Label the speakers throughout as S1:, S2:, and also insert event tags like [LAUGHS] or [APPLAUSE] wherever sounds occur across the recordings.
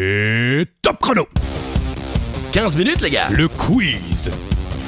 S1: Et top chrono
S2: 15 minutes, les gars
S1: Le quiz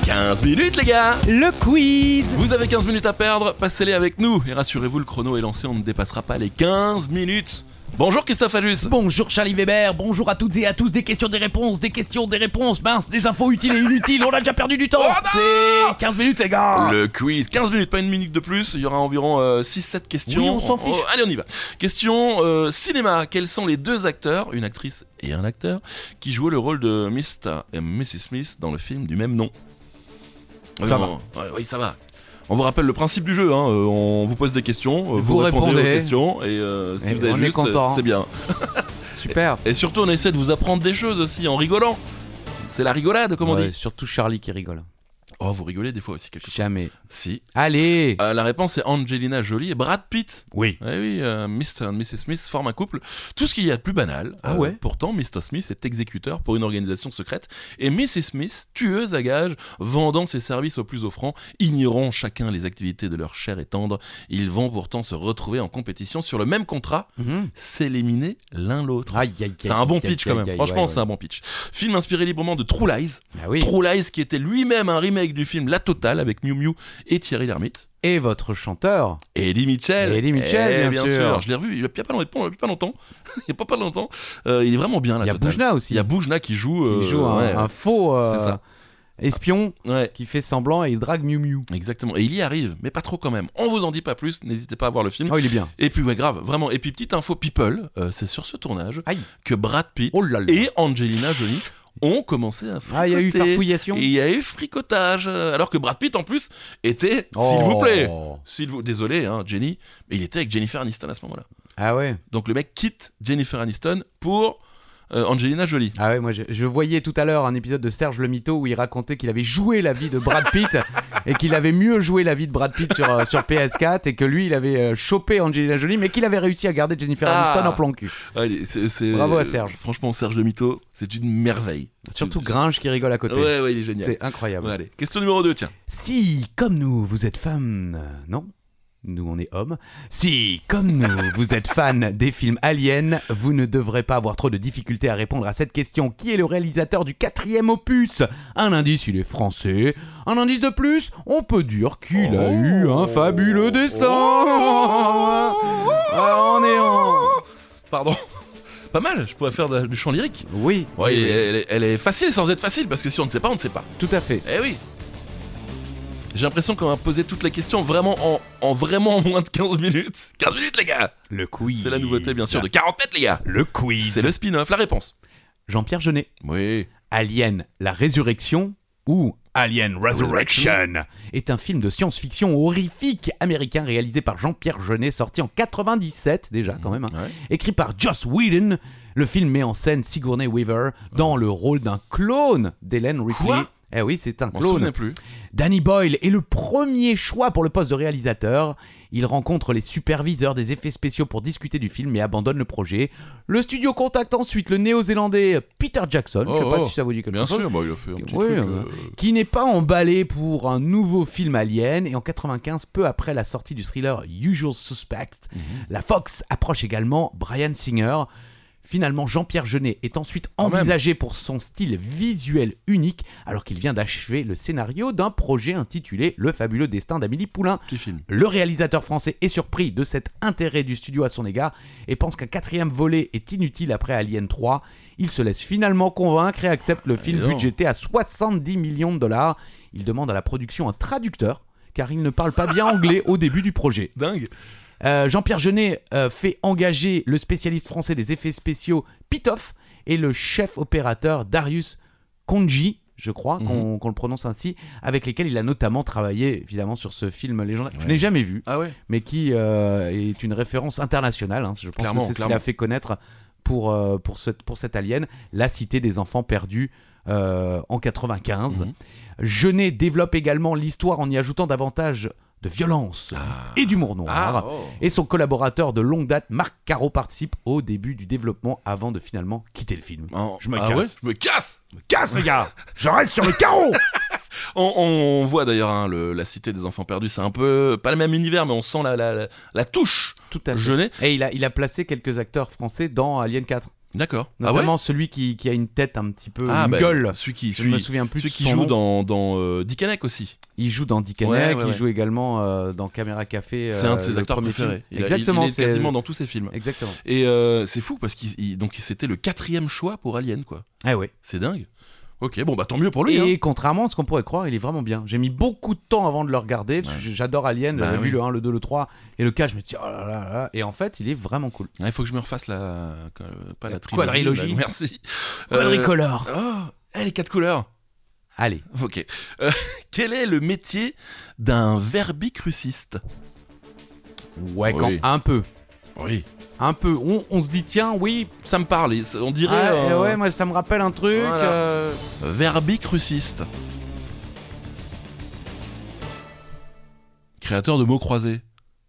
S2: 15 minutes, les gars
S3: Le quiz
S2: Vous avez 15 minutes à perdre, passez-les avec nous. Et rassurez-vous, le chrono est lancé, on ne dépassera pas les 15 minutes. Bonjour Christophe Ajus
S3: Bonjour Charlie Weber, bonjour à toutes et à tous, des questions, des réponses, des questions, des réponses, mince, des infos utiles et inutiles, on a déjà perdu du temps
S1: Oh
S3: C'est 15 minutes les gars
S2: Le quiz, 15 minutes, pas une minute de plus, il y aura environ euh, 6-7 questions.
S3: Oui,
S2: Oh,
S3: on s'en fiche.
S2: allez, on y va. Question euh, cinéma, quels sont les deux acteurs, une actrice et un acteur, qui jouaient le rôle de Mr. et Mrs. Smith dans le film du même nom Oui,
S3: Ça
S2: bon, ouais, Oui, ça va. On vous rappelle le principe du jeu, hein, euh, on vous pose des questions, euh, vous,
S4: Vous
S2: répondez,
S4: répondez.
S2: aux questions, et euh, si
S4: Et
S2: vous avez
S4: on est
S2: juste, euh,
S4: content.
S2: c'est bien.
S4: Super
S2: Et surtout, on essaie de vous apprendre des choses aussi en rigolant. C'est la rigolade, comme on
S4: Ouais,
S2: dit.
S4: Surtout Charlie qui rigole.
S2: Oh, vous rigolez des fois aussi quelque chose.
S4: Jamais.
S2: Si.
S4: Allez
S2: Euh, la réponse est Angelina Jolie et Brad Pitt.
S3: Oui.
S2: Eh oui, euh, Mr. et Mrs. Smith forment un couple. Tout ce qu'il y a de plus banal. euh,
S4: Ah ouais
S2: Pourtant, Mr. Smith est exécuteur pour une organisation secrète et Mrs. Smith, tueuse à gages, vendant ses services aux plus offrants, ignorant chacun les activités de leur chair et tendre. Ils vont pourtant se retrouver en compétition sur le même contrat,
S4: Mhm.
S2: s'éliminer l'un l'autre.
S4: Aïe, aïe, aïe,
S2: C'est un bon
S4: aïe, aïe,
S2: pitch quand même.
S4: aïe, aïe,
S2: Franchement,
S4: ouais,
S2: c'est un bon pitch. Film inspiré librement de True Lies.
S4: ouais. Ah oui.
S2: True Lies qui était lui-même un remake du film La Totale avec Miu Miu et Thierry Lhermitte.
S4: Et votre chanteur
S2: Et Eddie Mitchell.
S4: Et Eddie Mitchell,
S2: Eh,
S4: bien sûr.
S2: Je l'ai revu il n'y a pas longtemps. Il y a pas longtemps. il y a pas, pas longtemps. [LAUGHS] Euh, il est vraiment bien, La
S4: Il y a
S2: Totale.
S4: Boujna aussi.
S2: Il y a Boujna qui joue.
S4: Il
S2: euh,
S4: joue un,
S2: ouais.
S4: un faux euh,
S2: C'est ça.
S4: espion
S2: Ouais,
S4: qui fait semblant et il drague Miu Miu.
S2: exactement. Et il y arrive, mais pas trop quand même. On vous en dit pas plus. N'hésitez pas à voir le film.
S4: Oh, il est bien.
S2: Et puis, ouais, grave, vraiment. Et puis, petite info, People, euh, c'est sur ce tournage
S4: Aïe.
S2: que Brad Pitt
S4: Oh là là.
S2: et Angelina Jolie ont commencé à fricoter.
S4: Ah, il y a eu farfouillation.
S2: Et il y a eu fricotage, euh, alors que Brad Pitt en plus était, s'il vous plaît,
S4: Oh.
S2: s'il vous, désolé, hein, Jenny, mais il était avec Jennifer Aniston à ce moment-là.
S4: Ah ouais.
S2: Donc le mec quitte Jennifer Aniston pour euh, Angelina Jolie.
S4: Ah ouais, moi je, je voyais tout à l'heure un épisode de Serge le Mito où il racontait qu'il avait joué la vie de Brad Pitt et qu'il avait mieux joué la vie de Brad Pitt sur, euh, sur PS4 et que lui il avait euh, chopé Angelina Jolie mais qu'il avait réussi à garder Jennifer
S2: Ah.
S4: Aniston en plan cul.
S2: Allez, c'est- c'est-
S4: Bravo à Serge.
S2: franchement, Serge de Mito, c'est une merveille.
S4: Surtout
S2: C'est-
S4: Gringe qui rigole à côté.
S2: Ouais, ouais, il est génial.
S4: C'est incroyable.
S2: Ouais, allez, question numéro 2, tiens.
S4: Si, comme nous, vous êtes fan. euh, Non nous, on est hommes. Si, comme nous, vous êtes fan des films aliens, vous ne devrez pas avoir trop de difficultés à répondre à cette question. Qui est le réalisateur du quatrième opus Un indice, il est français. Un indice de plus, on peut dire qu'il a eu un fabuleux dessin. Ah, on est en...
S2: Pardon. Pas mal, je pourrais faire de- du chant lyrique.
S4: Oui,
S2: Ouais,
S4: oui, oui,
S2: Elle, est, elle est facile sans être facile, parce que si on ne sait pas, on ne sait pas.
S4: tout à fait.
S2: Eh oui J'ai l'impression qu'on va poser toutes les questions vraiment en, en vraiment [LAUGHS] moins de 15 minutes. 15 minutes, les gars
S3: Le quiz
S2: C'est la nouveauté, bien sûr, de 40 mètres, les gars
S3: Le
S2: C'est
S3: quiz
S2: le spin-off, la réponse.
S4: Jean-Pierre Jeunet.
S2: Oui.
S4: Alien, la résurrection ou Alien Resurrection est un film de science-fiction horrifique américain réalisé par Jean-Pierre Jeunet, sorti en 97 déjà quand même, hein.
S2: Ouais.
S4: écrit par Joss Whedon. Le film met en scène Sigourney Weaver dans le rôle d'un clone d'Helen Ripley.
S2: Quoi
S4: eh oui, c'est un
S2: On s'en
S4: clone.
S2: souvenait plus.
S4: Danny Boyle est le premier choix pour le poste de réalisateur. Il rencontre les superviseurs des effets spéciaux pour discuter du film et abandonne le projet. Le studio contacte ensuite le néo-zélandais Peter Jackson, je
S2: Oh,
S4: sais pas
S2: oh,
S4: si ça vous dit quelque
S2: Bien
S4: chose,
S2: sûr, bah, il a fait un petit
S4: Oui,
S2: truc.
S4: bah.
S2: euh,
S4: qui n'est pas emballé pour un nouveau film Alien. Et en 95, peu après la sortie du thriller Usual Suspects, la Fox approche également Brian Singer. Finalement, Jean-Pierre Jeunet est ensuite
S2: même.
S4: envisagé pour son style visuel unique, alors qu'il vient d'achever le scénario d'un projet intitulé Le fabuleux destin d'Amélie Poulain.
S2: Petit film.
S4: Le réalisateur français est surpris de cet intérêt du studio à son égard et pense qu'un quatrième volet est inutile après Alien 3. Il se laisse finalement convaincre et accepte le film
S2: Ah, dis donc.
S4: budgété à 70 millions de dollars. Il demande à la production un traducteur car il ne parle pas bien anglais au début du projet.
S2: Dingue.
S4: Euh, Jean-Pierre Jeunet euh, fait engager le spécialiste français des effets spéciaux Pitoff et le chef opérateur Darius Konji, je crois
S2: Mhm.
S4: qu'on qu'on le prononce ainsi, avec lesquels il a notamment travaillé évidemment sur ce film légendaire. Je
S2: Ouais.
S4: n'ai jamais vu,
S2: Ah ouais
S4: mais qui euh, est une référence internationale. hein. Je pense
S2: Clairement,
S4: que c'est ce qu'il
S2: clairement.
S4: a fait connaître pour, euh, pour, cette, pour cette alien, La Cité des Enfants Perdus euh, en 95.
S2: Mhm.
S4: Jeunet développe également l'histoire en y ajoutant davantage de violence et d'humour noir.
S2: Ah, oh.
S4: Et son collaborateur de longue date, Marc Caro, participe au début du développement avant de finalement quitter le film.
S2: Ah,
S4: Je me
S2: ah
S4: casse.
S2: ouais je me casse
S3: Casse les gars Je reste sur le carreau
S2: On, on voit d'ailleurs hein, le- la cité des enfants perdus, c'est un peu pas le même univers, mais on sent la, la, la, la touche
S4: Tout à fait.
S2: Jeunet.
S4: Et il a, il a placé quelques acteurs français dans Alien 4.
S2: D'accord. Ah ouais
S4: Notamment celui qui, qui a une tête un petit peu.
S2: Ah,
S4: une
S2: bah,
S4: gueule.
S2: Celui qui,
S4: Je ne me
S2: celui,
S4: souviens plus
S2: celui
S4: de
S2: qui
S4: son
S2: joue dans,
S4: nom.
S2: dans euh, Dick Haneck aussi.
S4: Il joue dans Dick Haneck,
S2: Ouais, ouais,
S4: il
S2: ouais.
S4: joue également euh, dans Caméra Café.
S2: C'est un de
S4: euh,
S2: ses
S4: le
S2: acteurs
S4: premier film.
S2: préférés. Il a- il-
S4: Exactement.
S2: il est
S4: c'est-
S2: quasiment dans tous ses films.
S4: Exactement.
S2: Et euh, c'est fou parce qu'il il- donc c'était le quatrième choix pour Alien quoi.
S4: Ah ouais.
S2: C'est dingue. Ok, bon bah tant mieux pour lui.
S4: et
S2: hein.
S4: contrairement à ce qu'on pourrait croire, il est vraiment bien. J'ai mis beaucoup de temps avant de le regarder. parce que J'adore Alien,
S2: Bah
S4: j'avais
S2: oui.
S4: vu le 1, le 2, le 3 et le 4. Je me dis, oh là là là. Et en fait, il est vraiment cool.
S2: Ah, Il faut que je me refasse la euh, pas la
S4: La
S2: trilogie,
S4: quadrilogie.
S2: la-
S4: [LAUGHS]
S2: Merci. Euh,
S3: Quadricolore.
S2: oh, eh, les quatre couleurs.
S4: Allez.
S2: Ok. Euh, [LAUGHS] quel est le métier d'un verbicruciste
S4: Ouais,
S2: quand-
S4: un peu.
S2: Oui.
S4: Un peu. On, on se dit, tiens, oui.
S2: Ça me parle. et ça- On dirait
S4: ah,
S2: euh,
S4: eh ouais, moi, ça me rappelle un truc.
S2: Voilà.
S4: euh,
S2: verbicruciste. Créateur de mots croisés.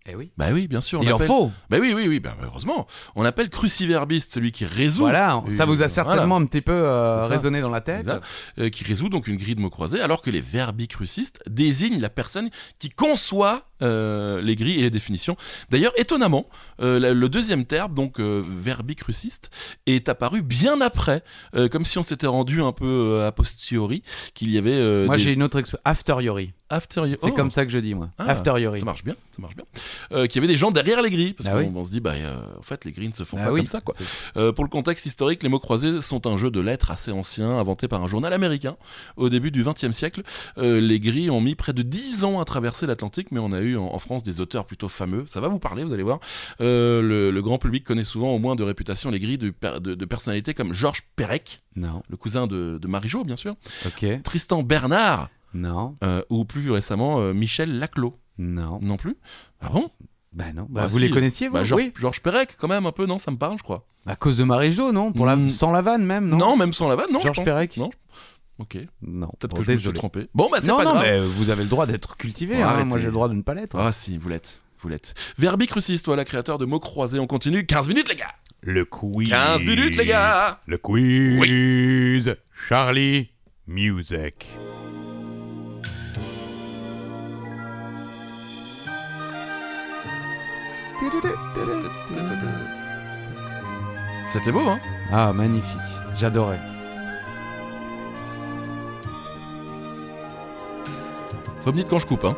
S4: Eh oui.
S2: Bah oui, bien sûr. on
S4: Il en
S2: appelle-
S4: faut.
S2: Bah oui, oui, oui, bah, heureusement. On appelle cruciverbiste celui qui résout.
S4: Voilà,
S2: Oui,
S4: ça vous
S2: voilà.
S4: a certainement un petit peu euh,
S2: C'est ça.
S4: résonné dans la tête.
S2: Exact. Euh, qui résout donc une grille de mots croisés, alors que les verbicrucistes désignent la personne qui conçoit euh, les grilles et les définitions. D'ailleurs, étonnamment, euh, la- le deuxième terme, donc euh, verbicruciste, est apparu bien après, euh, comme si on s'était rendu un peu euh, a posteriori qu'il y avait euh,
S4: Moi,
S2: des
S4: j'ai une autre expression. Afteriori.
S2: afteriori- Oh.
S4: C'est comme ça que je dis, moi.
S2: Ah,
S4: Afteriori.
S2: Ça marche bien, ça marche bien. Euh, qu'il y avait des gens derrière les grilles, parce
S4: Bah
S2: qu'on
S4: oui.
S2: on se dit, bah, euh, en fait, les grilles ne se font
S4: Ah
S2: pas
S4: oui.
S2: comme ça, quoi.
S4: C'est-
S2: Euh, pour le contexte historique, les mots croisés sont un jeu de lettres assez ancien, inventé par un journal américain au début du XXe siècle. Euh, les grilles ont mis près de 10 ans à traverser l'Atlantique, mais on a eu en, en France des auteurs plutôt fameux. Ça va vous parler, vous allez voir. Euh, le, le grand public connaît souvent, au moins de réputation, les grilles de, per- de- de personnalités comme Georges Perec,
S4: Non,
S2: le cousin de, de Marie-Jo, bien sûr,
S4: ok.
S2: Tristan Bernard,
S4: Non,
S2: euh, ou plus récemment euh, Michel Laclos.
S4: non.
S2: Non plus Ah bon
S4: Bah non. Bah,
S2: Ah,
S4: vous
S2: si.
S4: les connaissiez, vous
S2: Bah, Geor-
S4: Oui.
S2: Georges Perec, quand même, un peu, non Ça me parle, je crois.
S4: À cause de Marie-Jo, non Pour la...
S2: Mm.
S4: Sans la vanne, même, non
S2: Non, même sans la vanne, non je
S4: Georges
S2: pense.
S4: Perec
S2: Non. Ok.
S4: Non.
S2: Peut-être
S4: Bon,
S2: que je me suis
S4: désolé.
S2: trompé. Bon, bah c'est
S4: non,
S2: pas
S4: non,
S2: grave.
S4: mais vous avez le droit d'être cultivé.
S2: Bon,
S4: hein.
S2: arrêtez.
S4: Moi, j'ai le droit de ne pas l'être.
S2: Ah si, vous l'êtes. Vous l'êtes. Verbicruciste, voilà, créateur de mots croisés. On continue. 15 minutes, les gars
S1: Le quiz.
S2: 15 minutes, les gars
S1: Le quiz. Charlie Music.
S2: C'était beau, hein
S4: Ah, magnifique. J'adorais.
S2: Faut me dire quand je coupe, hein.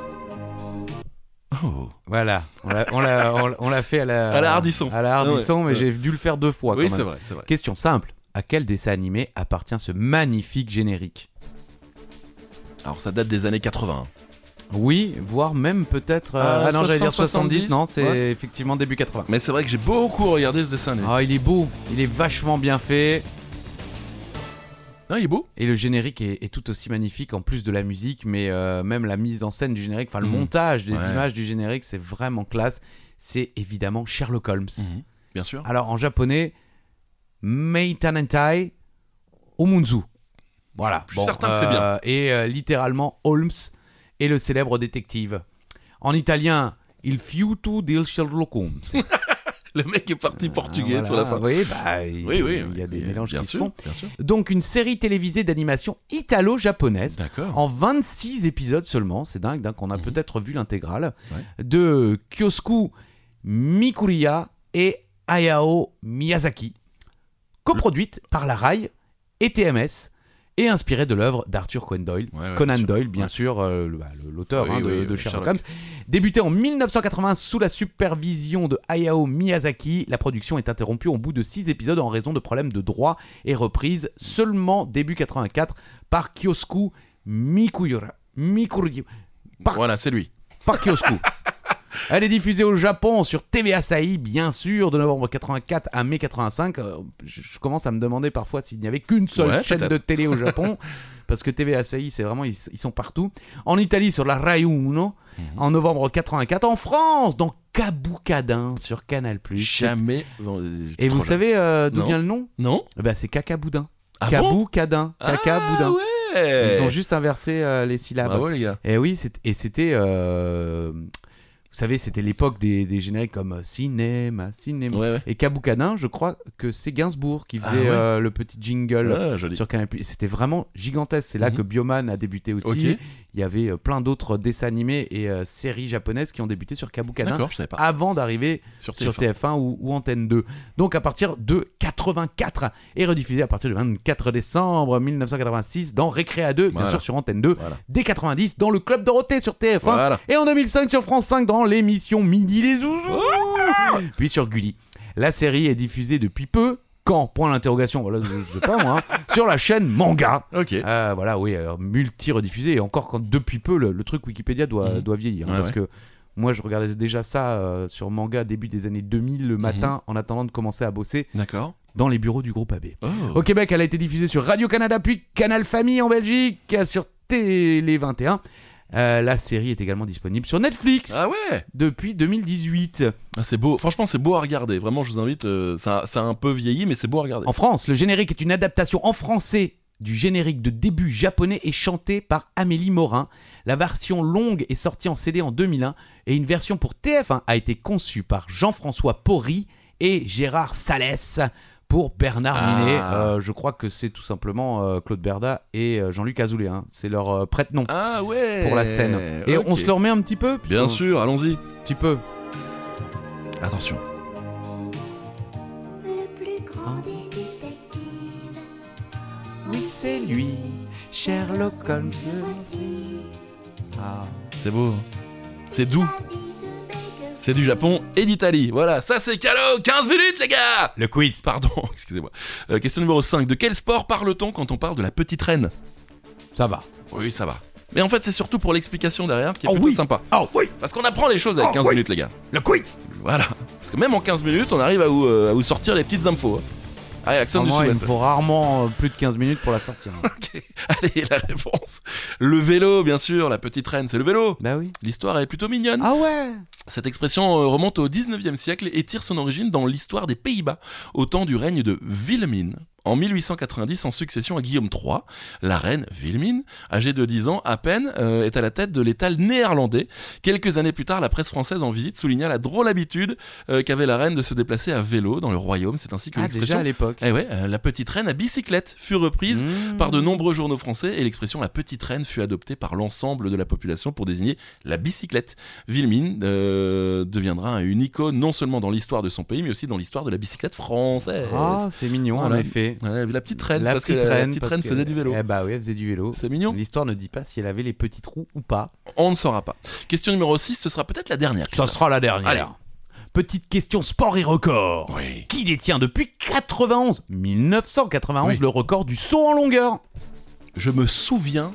S2: Oh.
S4: Voilà. On l'a- On l'a- on l'a- on l'a fait à la...
S2: À la Hardisson.
S4: À la
S2: Ah ouais,
S4: Hardisson, mais
S2: ouais.
S4: j'ai dû le faire deux fois,
S2: oui,
S4: quand
S2: c'est
S4: même.
S2: vrai, c'est vrai.
S4: Question simple. À quel dessin animé appartient ce magnifique générique
S2: Alors ça date des années 80.
S4: Oui, voire même peut-être. euh,
S2: Ah,
S4: ah non, j'allais dire
S2: 70,
S4: 70, non, c'est
S2: ouais.
S4: effectivement début 80.
S2: Mais c'est vrai que j'ai beaucoup regardé ce dessin animé.
S4: Ah, il est beau, il est vachement bien fait.
S2: Ah, il est beau
S4: Et le générique est, est tout aussi magnifique en plus de la musique, mais euh, même la mise en scène du générique, enfin le
S2: Mhm.
S4: montage des
S2: Ouais.
S4: images du générique, c'est vraiment classe. C'est évidemment Sherlock Holmes.
S2: Mmh. Bien sûr.
S4: Alors en japonais, Meitanentai Omunzu. Voilà.
S2: Je suis certain que c'est bien.
S4: Et euh, littéralement, Holmes est le célèbre détective. En italien, Il fiuto del
S2: [LAUGHS]
S4: Sherlock Holmes.
S2: Le mec est parti portugais
S4: Ah,
S2: sur la
S4: voilà.
S2: fin.
S4: Oui, bah, il,
S2: Oui, oui.
S4: il y a des
S2: oui,
S4: mélanges
S2: bien
S4: qui
S2: sûr,
S4: se font.
S2: Bien sûr.
S4: Donc une série télévisée d'animation italo-japonaise
S2: D'accord.
S4: en 26 épisodes seulement, c'est dingue, donc on a
S2: Ah. Mhm.
S4: peut-être vu l'intégrale,
S2: Ouais.
S4: de Kyosku Mikuria et Hayao Miyazaki, coproduite par la RAI et TMS, et inspirée de l'œuvre d'Arthur Conan Doyle.
S2: Ouais, ouais,
S4: Conan
S2: bien sûr.
S4: Doyle, bien
S2: Ouais.
S4: sûr, euh, le- bah, le- l'auteur
S2: Oui,
S4: hein, de,
S2: oui,
S4: de
S2: oui,
S4: Sherlock
S2: Sherlock.
S4: Holmes. Débuté en 1980 sous la supervision de Hayao Miyazaki, la production est interrompue au bout de 6 épisodes en raison de problèmes de droit et reprise seulement début 84 par Kyosku Mikuyura. Mikuri- Par-
S2: Voilà, c'est lui.
S4: par
S2: [LAUGHS]
S4: Kyosku. Elle est diffusée au Japon sur TVA Saï, bien sûr, de novembre 84 à mai 85. Euh, Je je commence à me demander parfois s'il n'y avait qu'une seule
S2: Ouais,
S4: chaîne de
S2: peut-être.
S4: télé
S2: [LAUGHS]
S4: au Japon. Parce que TVA Saï, c'est vraiment, ils, ils sont partout. En Italie, sur la Rai Uno,
S2: Mhm.
S4: en novembre 84. En France, dans Caboukadin, sur Canal+.
S2: Jamais.
S4: Et vous savez euh, d'où
S2: Non.
S4: vient le nom
S2: Non
S4: Eh ben, C'est Cacaboudin.
S2: Ah bon
S4: Caboukadin. Cacaboudin.
S2: Ah ouais Bah
S4: Ils ont juste inversé euh, les syllabes.
S2: Bravo les gars.
S4: Et oui, c'est- et c'était euh, Vous savez, c'était l'époque des, des génériques comme euh, cinéma, cinéma.
S2: Ouais, ouais.
S4: Et Caboucadin, je crois que c'est Gainsbourg qui faisait
S2: Ah ouais.
S4: euh, le petit jingle
S2: Ah, joli.
S4: sur Canal+. Et C'était vraiment gigantesque. C'est là
S2: Mhm.
S4: que Bioman a débuté aussi.
S2: Ok.
S4: Il y avait euh, plein d'autres dessins animés et euh, séries japonaises qui ont débuté sur Kabukadin
S2: D'accord, je savais pas.
S4: avant d'arriver
S2: sur
S4: Ah, sur
S2: TF1.
S4: TF1 ou, ou Antenne 2. Donc à partir de 84 et rediffusé à partir du 24 décembre 1986 dans Récréa 2,
S2: Voilà.
S4: bien sûr sur Antenne 2,
S2: Voilà.
S4: dès 90 dans le Club Dorothée sur TF1
S2: Voilà.
S4: et en 2005 sur France 5 dans l'émission Midi les Zouzous,
S2: Ah
S4: puis sur Gulli. La série est diffusée depuis peu. Quand Point d'interrogation. Voilà, je je sais pas moi. hein. sur la chaîne Manga.
S2: Ok.
S4: Euh, voilà, oui, euh, multi-rediffusé. Et encore, quand, depuis peu, le, le truc Wikipédia doit,
S2: Mhm.
S4: doit vieillir. hein,
S2: Ouais,
S4: parce
S2: ouais.
S4: que moi, je regardais déjà ça euh, sur manga début des années 2000
S2: Mhm.
S4: le matin, en attendant de commencer à bosser
S2: D'accord.
S4: dans les bureaux du groupe AB.
S2: Oh.
S4: Au Québec, elle a été diffusée sur Radio-Canada, puis Canal Famille en Belgique, sur Télé 21. Euh, la série est également disponible sur Netflix
S2: Ah ouais
S4: depuis 2018.
S2: Ah, C'est beau. Franchement, c'est beau à regarder. Vraiment, je vous invite. euh, ça, ça a un peu vieilli, mais c'est beau à regarder.
S4: En France, le générique est une adaptation en français du générique de début japonais et chanté par Amélie Morin. La version longue est sortie en CD en 2001 et une version pour TF1 a été conçue par Jean-François Porry et Gérard Salès pour Bernard
S2: Ah.
S4: Minet. Euh, je crois que c'est tout simplement euh, Claude Berda et euh, Jean-Luc Azoulay. hein. C'est leur euh, prête-nom
S2: Ah ouais
S4: pour la scène. Et
S2: Ah, Ok.
S4: on se le remet un petit peu puisqu'on-
S2: Bien sûr, allons-y.
S4: Un petit peu.
S2: Attention.
S5: Le plus grand des détectives,
S4: Oui, c'est lui, Sherlock Holmes.
S5: voici
S4: Ah.
S2: C'est beau. C'est doux.
S5: Abby de Baker.
S2: C'est du Japon et d'Italie. Voilà, ça c'est Calo 15 minutes les gars
S1: Le quiz.
S2: Pardon, [LAUGHS] excusez-moi. Euh, question numéro 5. De quel sport parle-t-on quand on parle de la petite reine
S4: Ça va.
S2: Oui, ça va. Mais en fait, c'est surtout pour l'explication derrière qui est
S1: Oh
S2: plutôt
S1: oui.
S2: sympa.
S1: Oh oui,
S2: Parce qu'on apprend les choses avec
S1: Oh
S2: 15
S1: oui.
S2: minutes, les gars.
S1: le quiz.
S2: Voilà. Parce que même en 15 minutes, on arrive à vous, euh, à vous sortir les petites infos. hein. Allez, Axel du
S4: Normalement, il me
S2: Sud-Ouest.
S4: faut rarement euh, plus de 15 minutes pour la sortir. hein.
S2: Ok. [LAUGHS] Allez, la réponse. Le vélo, bien sûr, la petite reine, c'est le vélo.
S4: [LAUGHS] bah oui.
S2: L'histoire est plutôt mignonne.
S4: Ah ouais
S2: Cette expression euh, remonte au 19e siècle et tire son origine dans l'histoire des Pays-Bas, au temps du règne de Wilhelmine. En 1890, en succession à Guillaume III, la reine Wilhelmine, âgée de 10 ans à peine, euh, est à la tête de l'État néerlandais. Quelques années plus tard, la presse française en visite souligna la drôle habitude euh, qu'avait la reine de se déplacer à vélo dans le royaume. C'est ainsi que
S4: Ah déjà
S2: l'expression...
S4: à l'époque.
S2: Eh ouais, euh, la petite reine à bicyclette fut reprise
S4: Mmh.
S2: par de nombreux journaux français et l'expression la petite reine fut adoptée par l'ensemble de la population pour désigner la bicyclette. Villemine euh, deviendra une icône non seulement dans l'histoire de son pays mais aussi dans l'histoire de la bicyclette française.
S4: Ah, c'est mignon
S2: Voilà.
S4: en effet.
S2: Ouais, la petite reine,
S4: la
S2: parce
S4: petite
S2: que la,
S4: reine,
S2: petite
S4: parce
S2: reine
S4: que-
S2: faisait du vélo.
S4: Eh bah oui, elle faisait du vélo.
S2: C'est mignon,
S4: L'histoire ne dit pas si elle avait les petits trous ou pas.
S2: on ne saura pas. Question numéro 6, ce sera peut-être la dernière.
S4: Ça
S2: Christophe.
S4: sera la dernière.
S2: Allez.
S4: Petite question sport et record.
S2: Oui.
S4: Qui détient depuis 91 1991
S2: Oui.
S4: le record du saut en longueur
S2: Je me souviens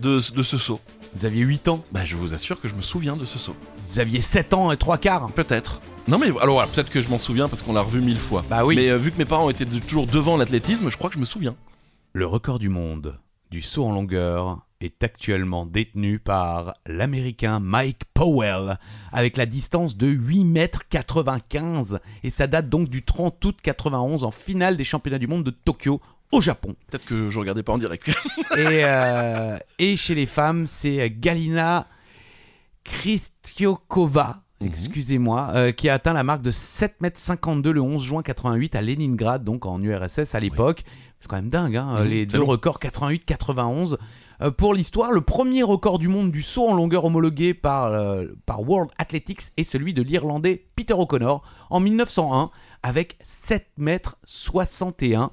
S2: de, de ce saut.
S4: Vous aviez 8 ans,
S2: Bah, je vous assure que je me souviens de ce saut.
S4: vous aviez 7 ans et 3 quarts.
S2: Peut-être. Non mais alors voilà, peut-être que je m'en souviens parce qu'on l'a revu mille fois.
S4: Bah oui.
S2: Mais euh, vu que mes parents étaient de- toujours devant l'athlétisme, je crois que je me souviens.
S4: Le record du monde du saut en longueur est actuellement détenu par l'américain Mike Powell avec la distance de 8 mètres 95 et ça date donc du 30 août 91 en finale des championnats du monde de Tokyo au Japon.
S2: Peut-être que je regardais pas en direct.
S4: Et, euh, et chez les femmes, c'est Galina Kristiokova,
S2: [LAUGHS] Mhm.
S4: excusez-moi, euh, qui a atteint la marque de 7 mètres 52 le 11 juin 88 à Leningrad, donc en URSS à l'époque. C'est quand même dingue, hein,
S2: Mhm,
S4: les
S2: c'est
S4: deux
S2: bon.
S4: records 88-91. Euh, pour l'histoire, le premier record du monde du saut en longueur homologué par, euh, par World Athletics est celui de l'Irlandais Peter O'Connor en 1901 avec 7 mètres 61.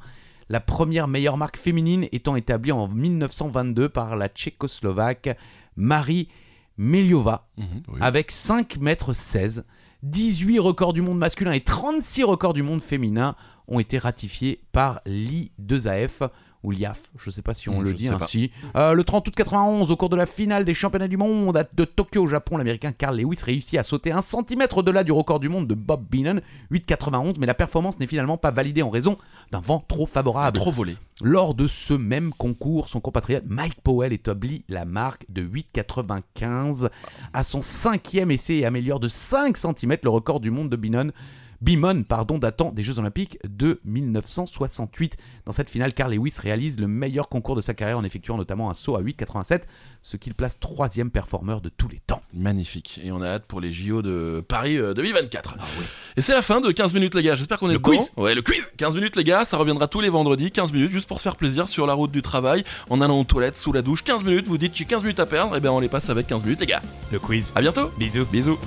S4: La première meilleure marque féminine étant établie en 1922 par la tchécoslovaque Marie Meliova
S2: mhm.
S4: avec 5 mètres 16. 18 records du monde masculin et 36 records du monde féminin ont été ratifiés par l'I2AF ou l'IAF, je ne sais pas si on
S2: Mm,
S4: le
S2: je
S4: dit
S2: sais pas.
S4: ainsi. Euh, le 30 août 91, au cours de la finale des championnats du monde à- de Tokyo au Japon, l'américain Carl Lewis réussit à sauter 1 cm au-delà du record du monde de Bob Beanon, 8,91, mais la performance n'est finalement pas validée en raison d'un vent trop favorable.
S2: Ah, Trop volé.
S4: Lors de ce même concours, son compatriote Mike Powell établit la marque de 8,95 à son cinquième essai et améliore de 5 cm le record du monde de Binon. Bimon, pardon, datant des Jeux Olympiques de 1968. Dans cette finale, Carl Lewis réalise le meilleur concours de sa carrière en effectuant notamment un saut à 8,87, ce qui le place troisième performeur de tous les temps.
S2: Magnifique. Et on a hâte pour les JO de Paris euh, 2024. Et c'est la fin de 15 minutes les gars. J'espère qu'on est
S3: Le
S2: dedans.
S3: quiz.
S2: Ouais, le quiz. 15 minutes les gars, ça reviendra tous les vendredis. 15 minutes juste pour se faire plaisir sur la route du travail, en allant aux toilettes, Eh ben, sous la douche. 15 minutes, vous dites j'ai 15 minutes à perdre, et bien on les passe avec 15 minutes les gars.
S1: Le quiz.
S2: À bientôt.
S1: Bisous.
S2: Bisous.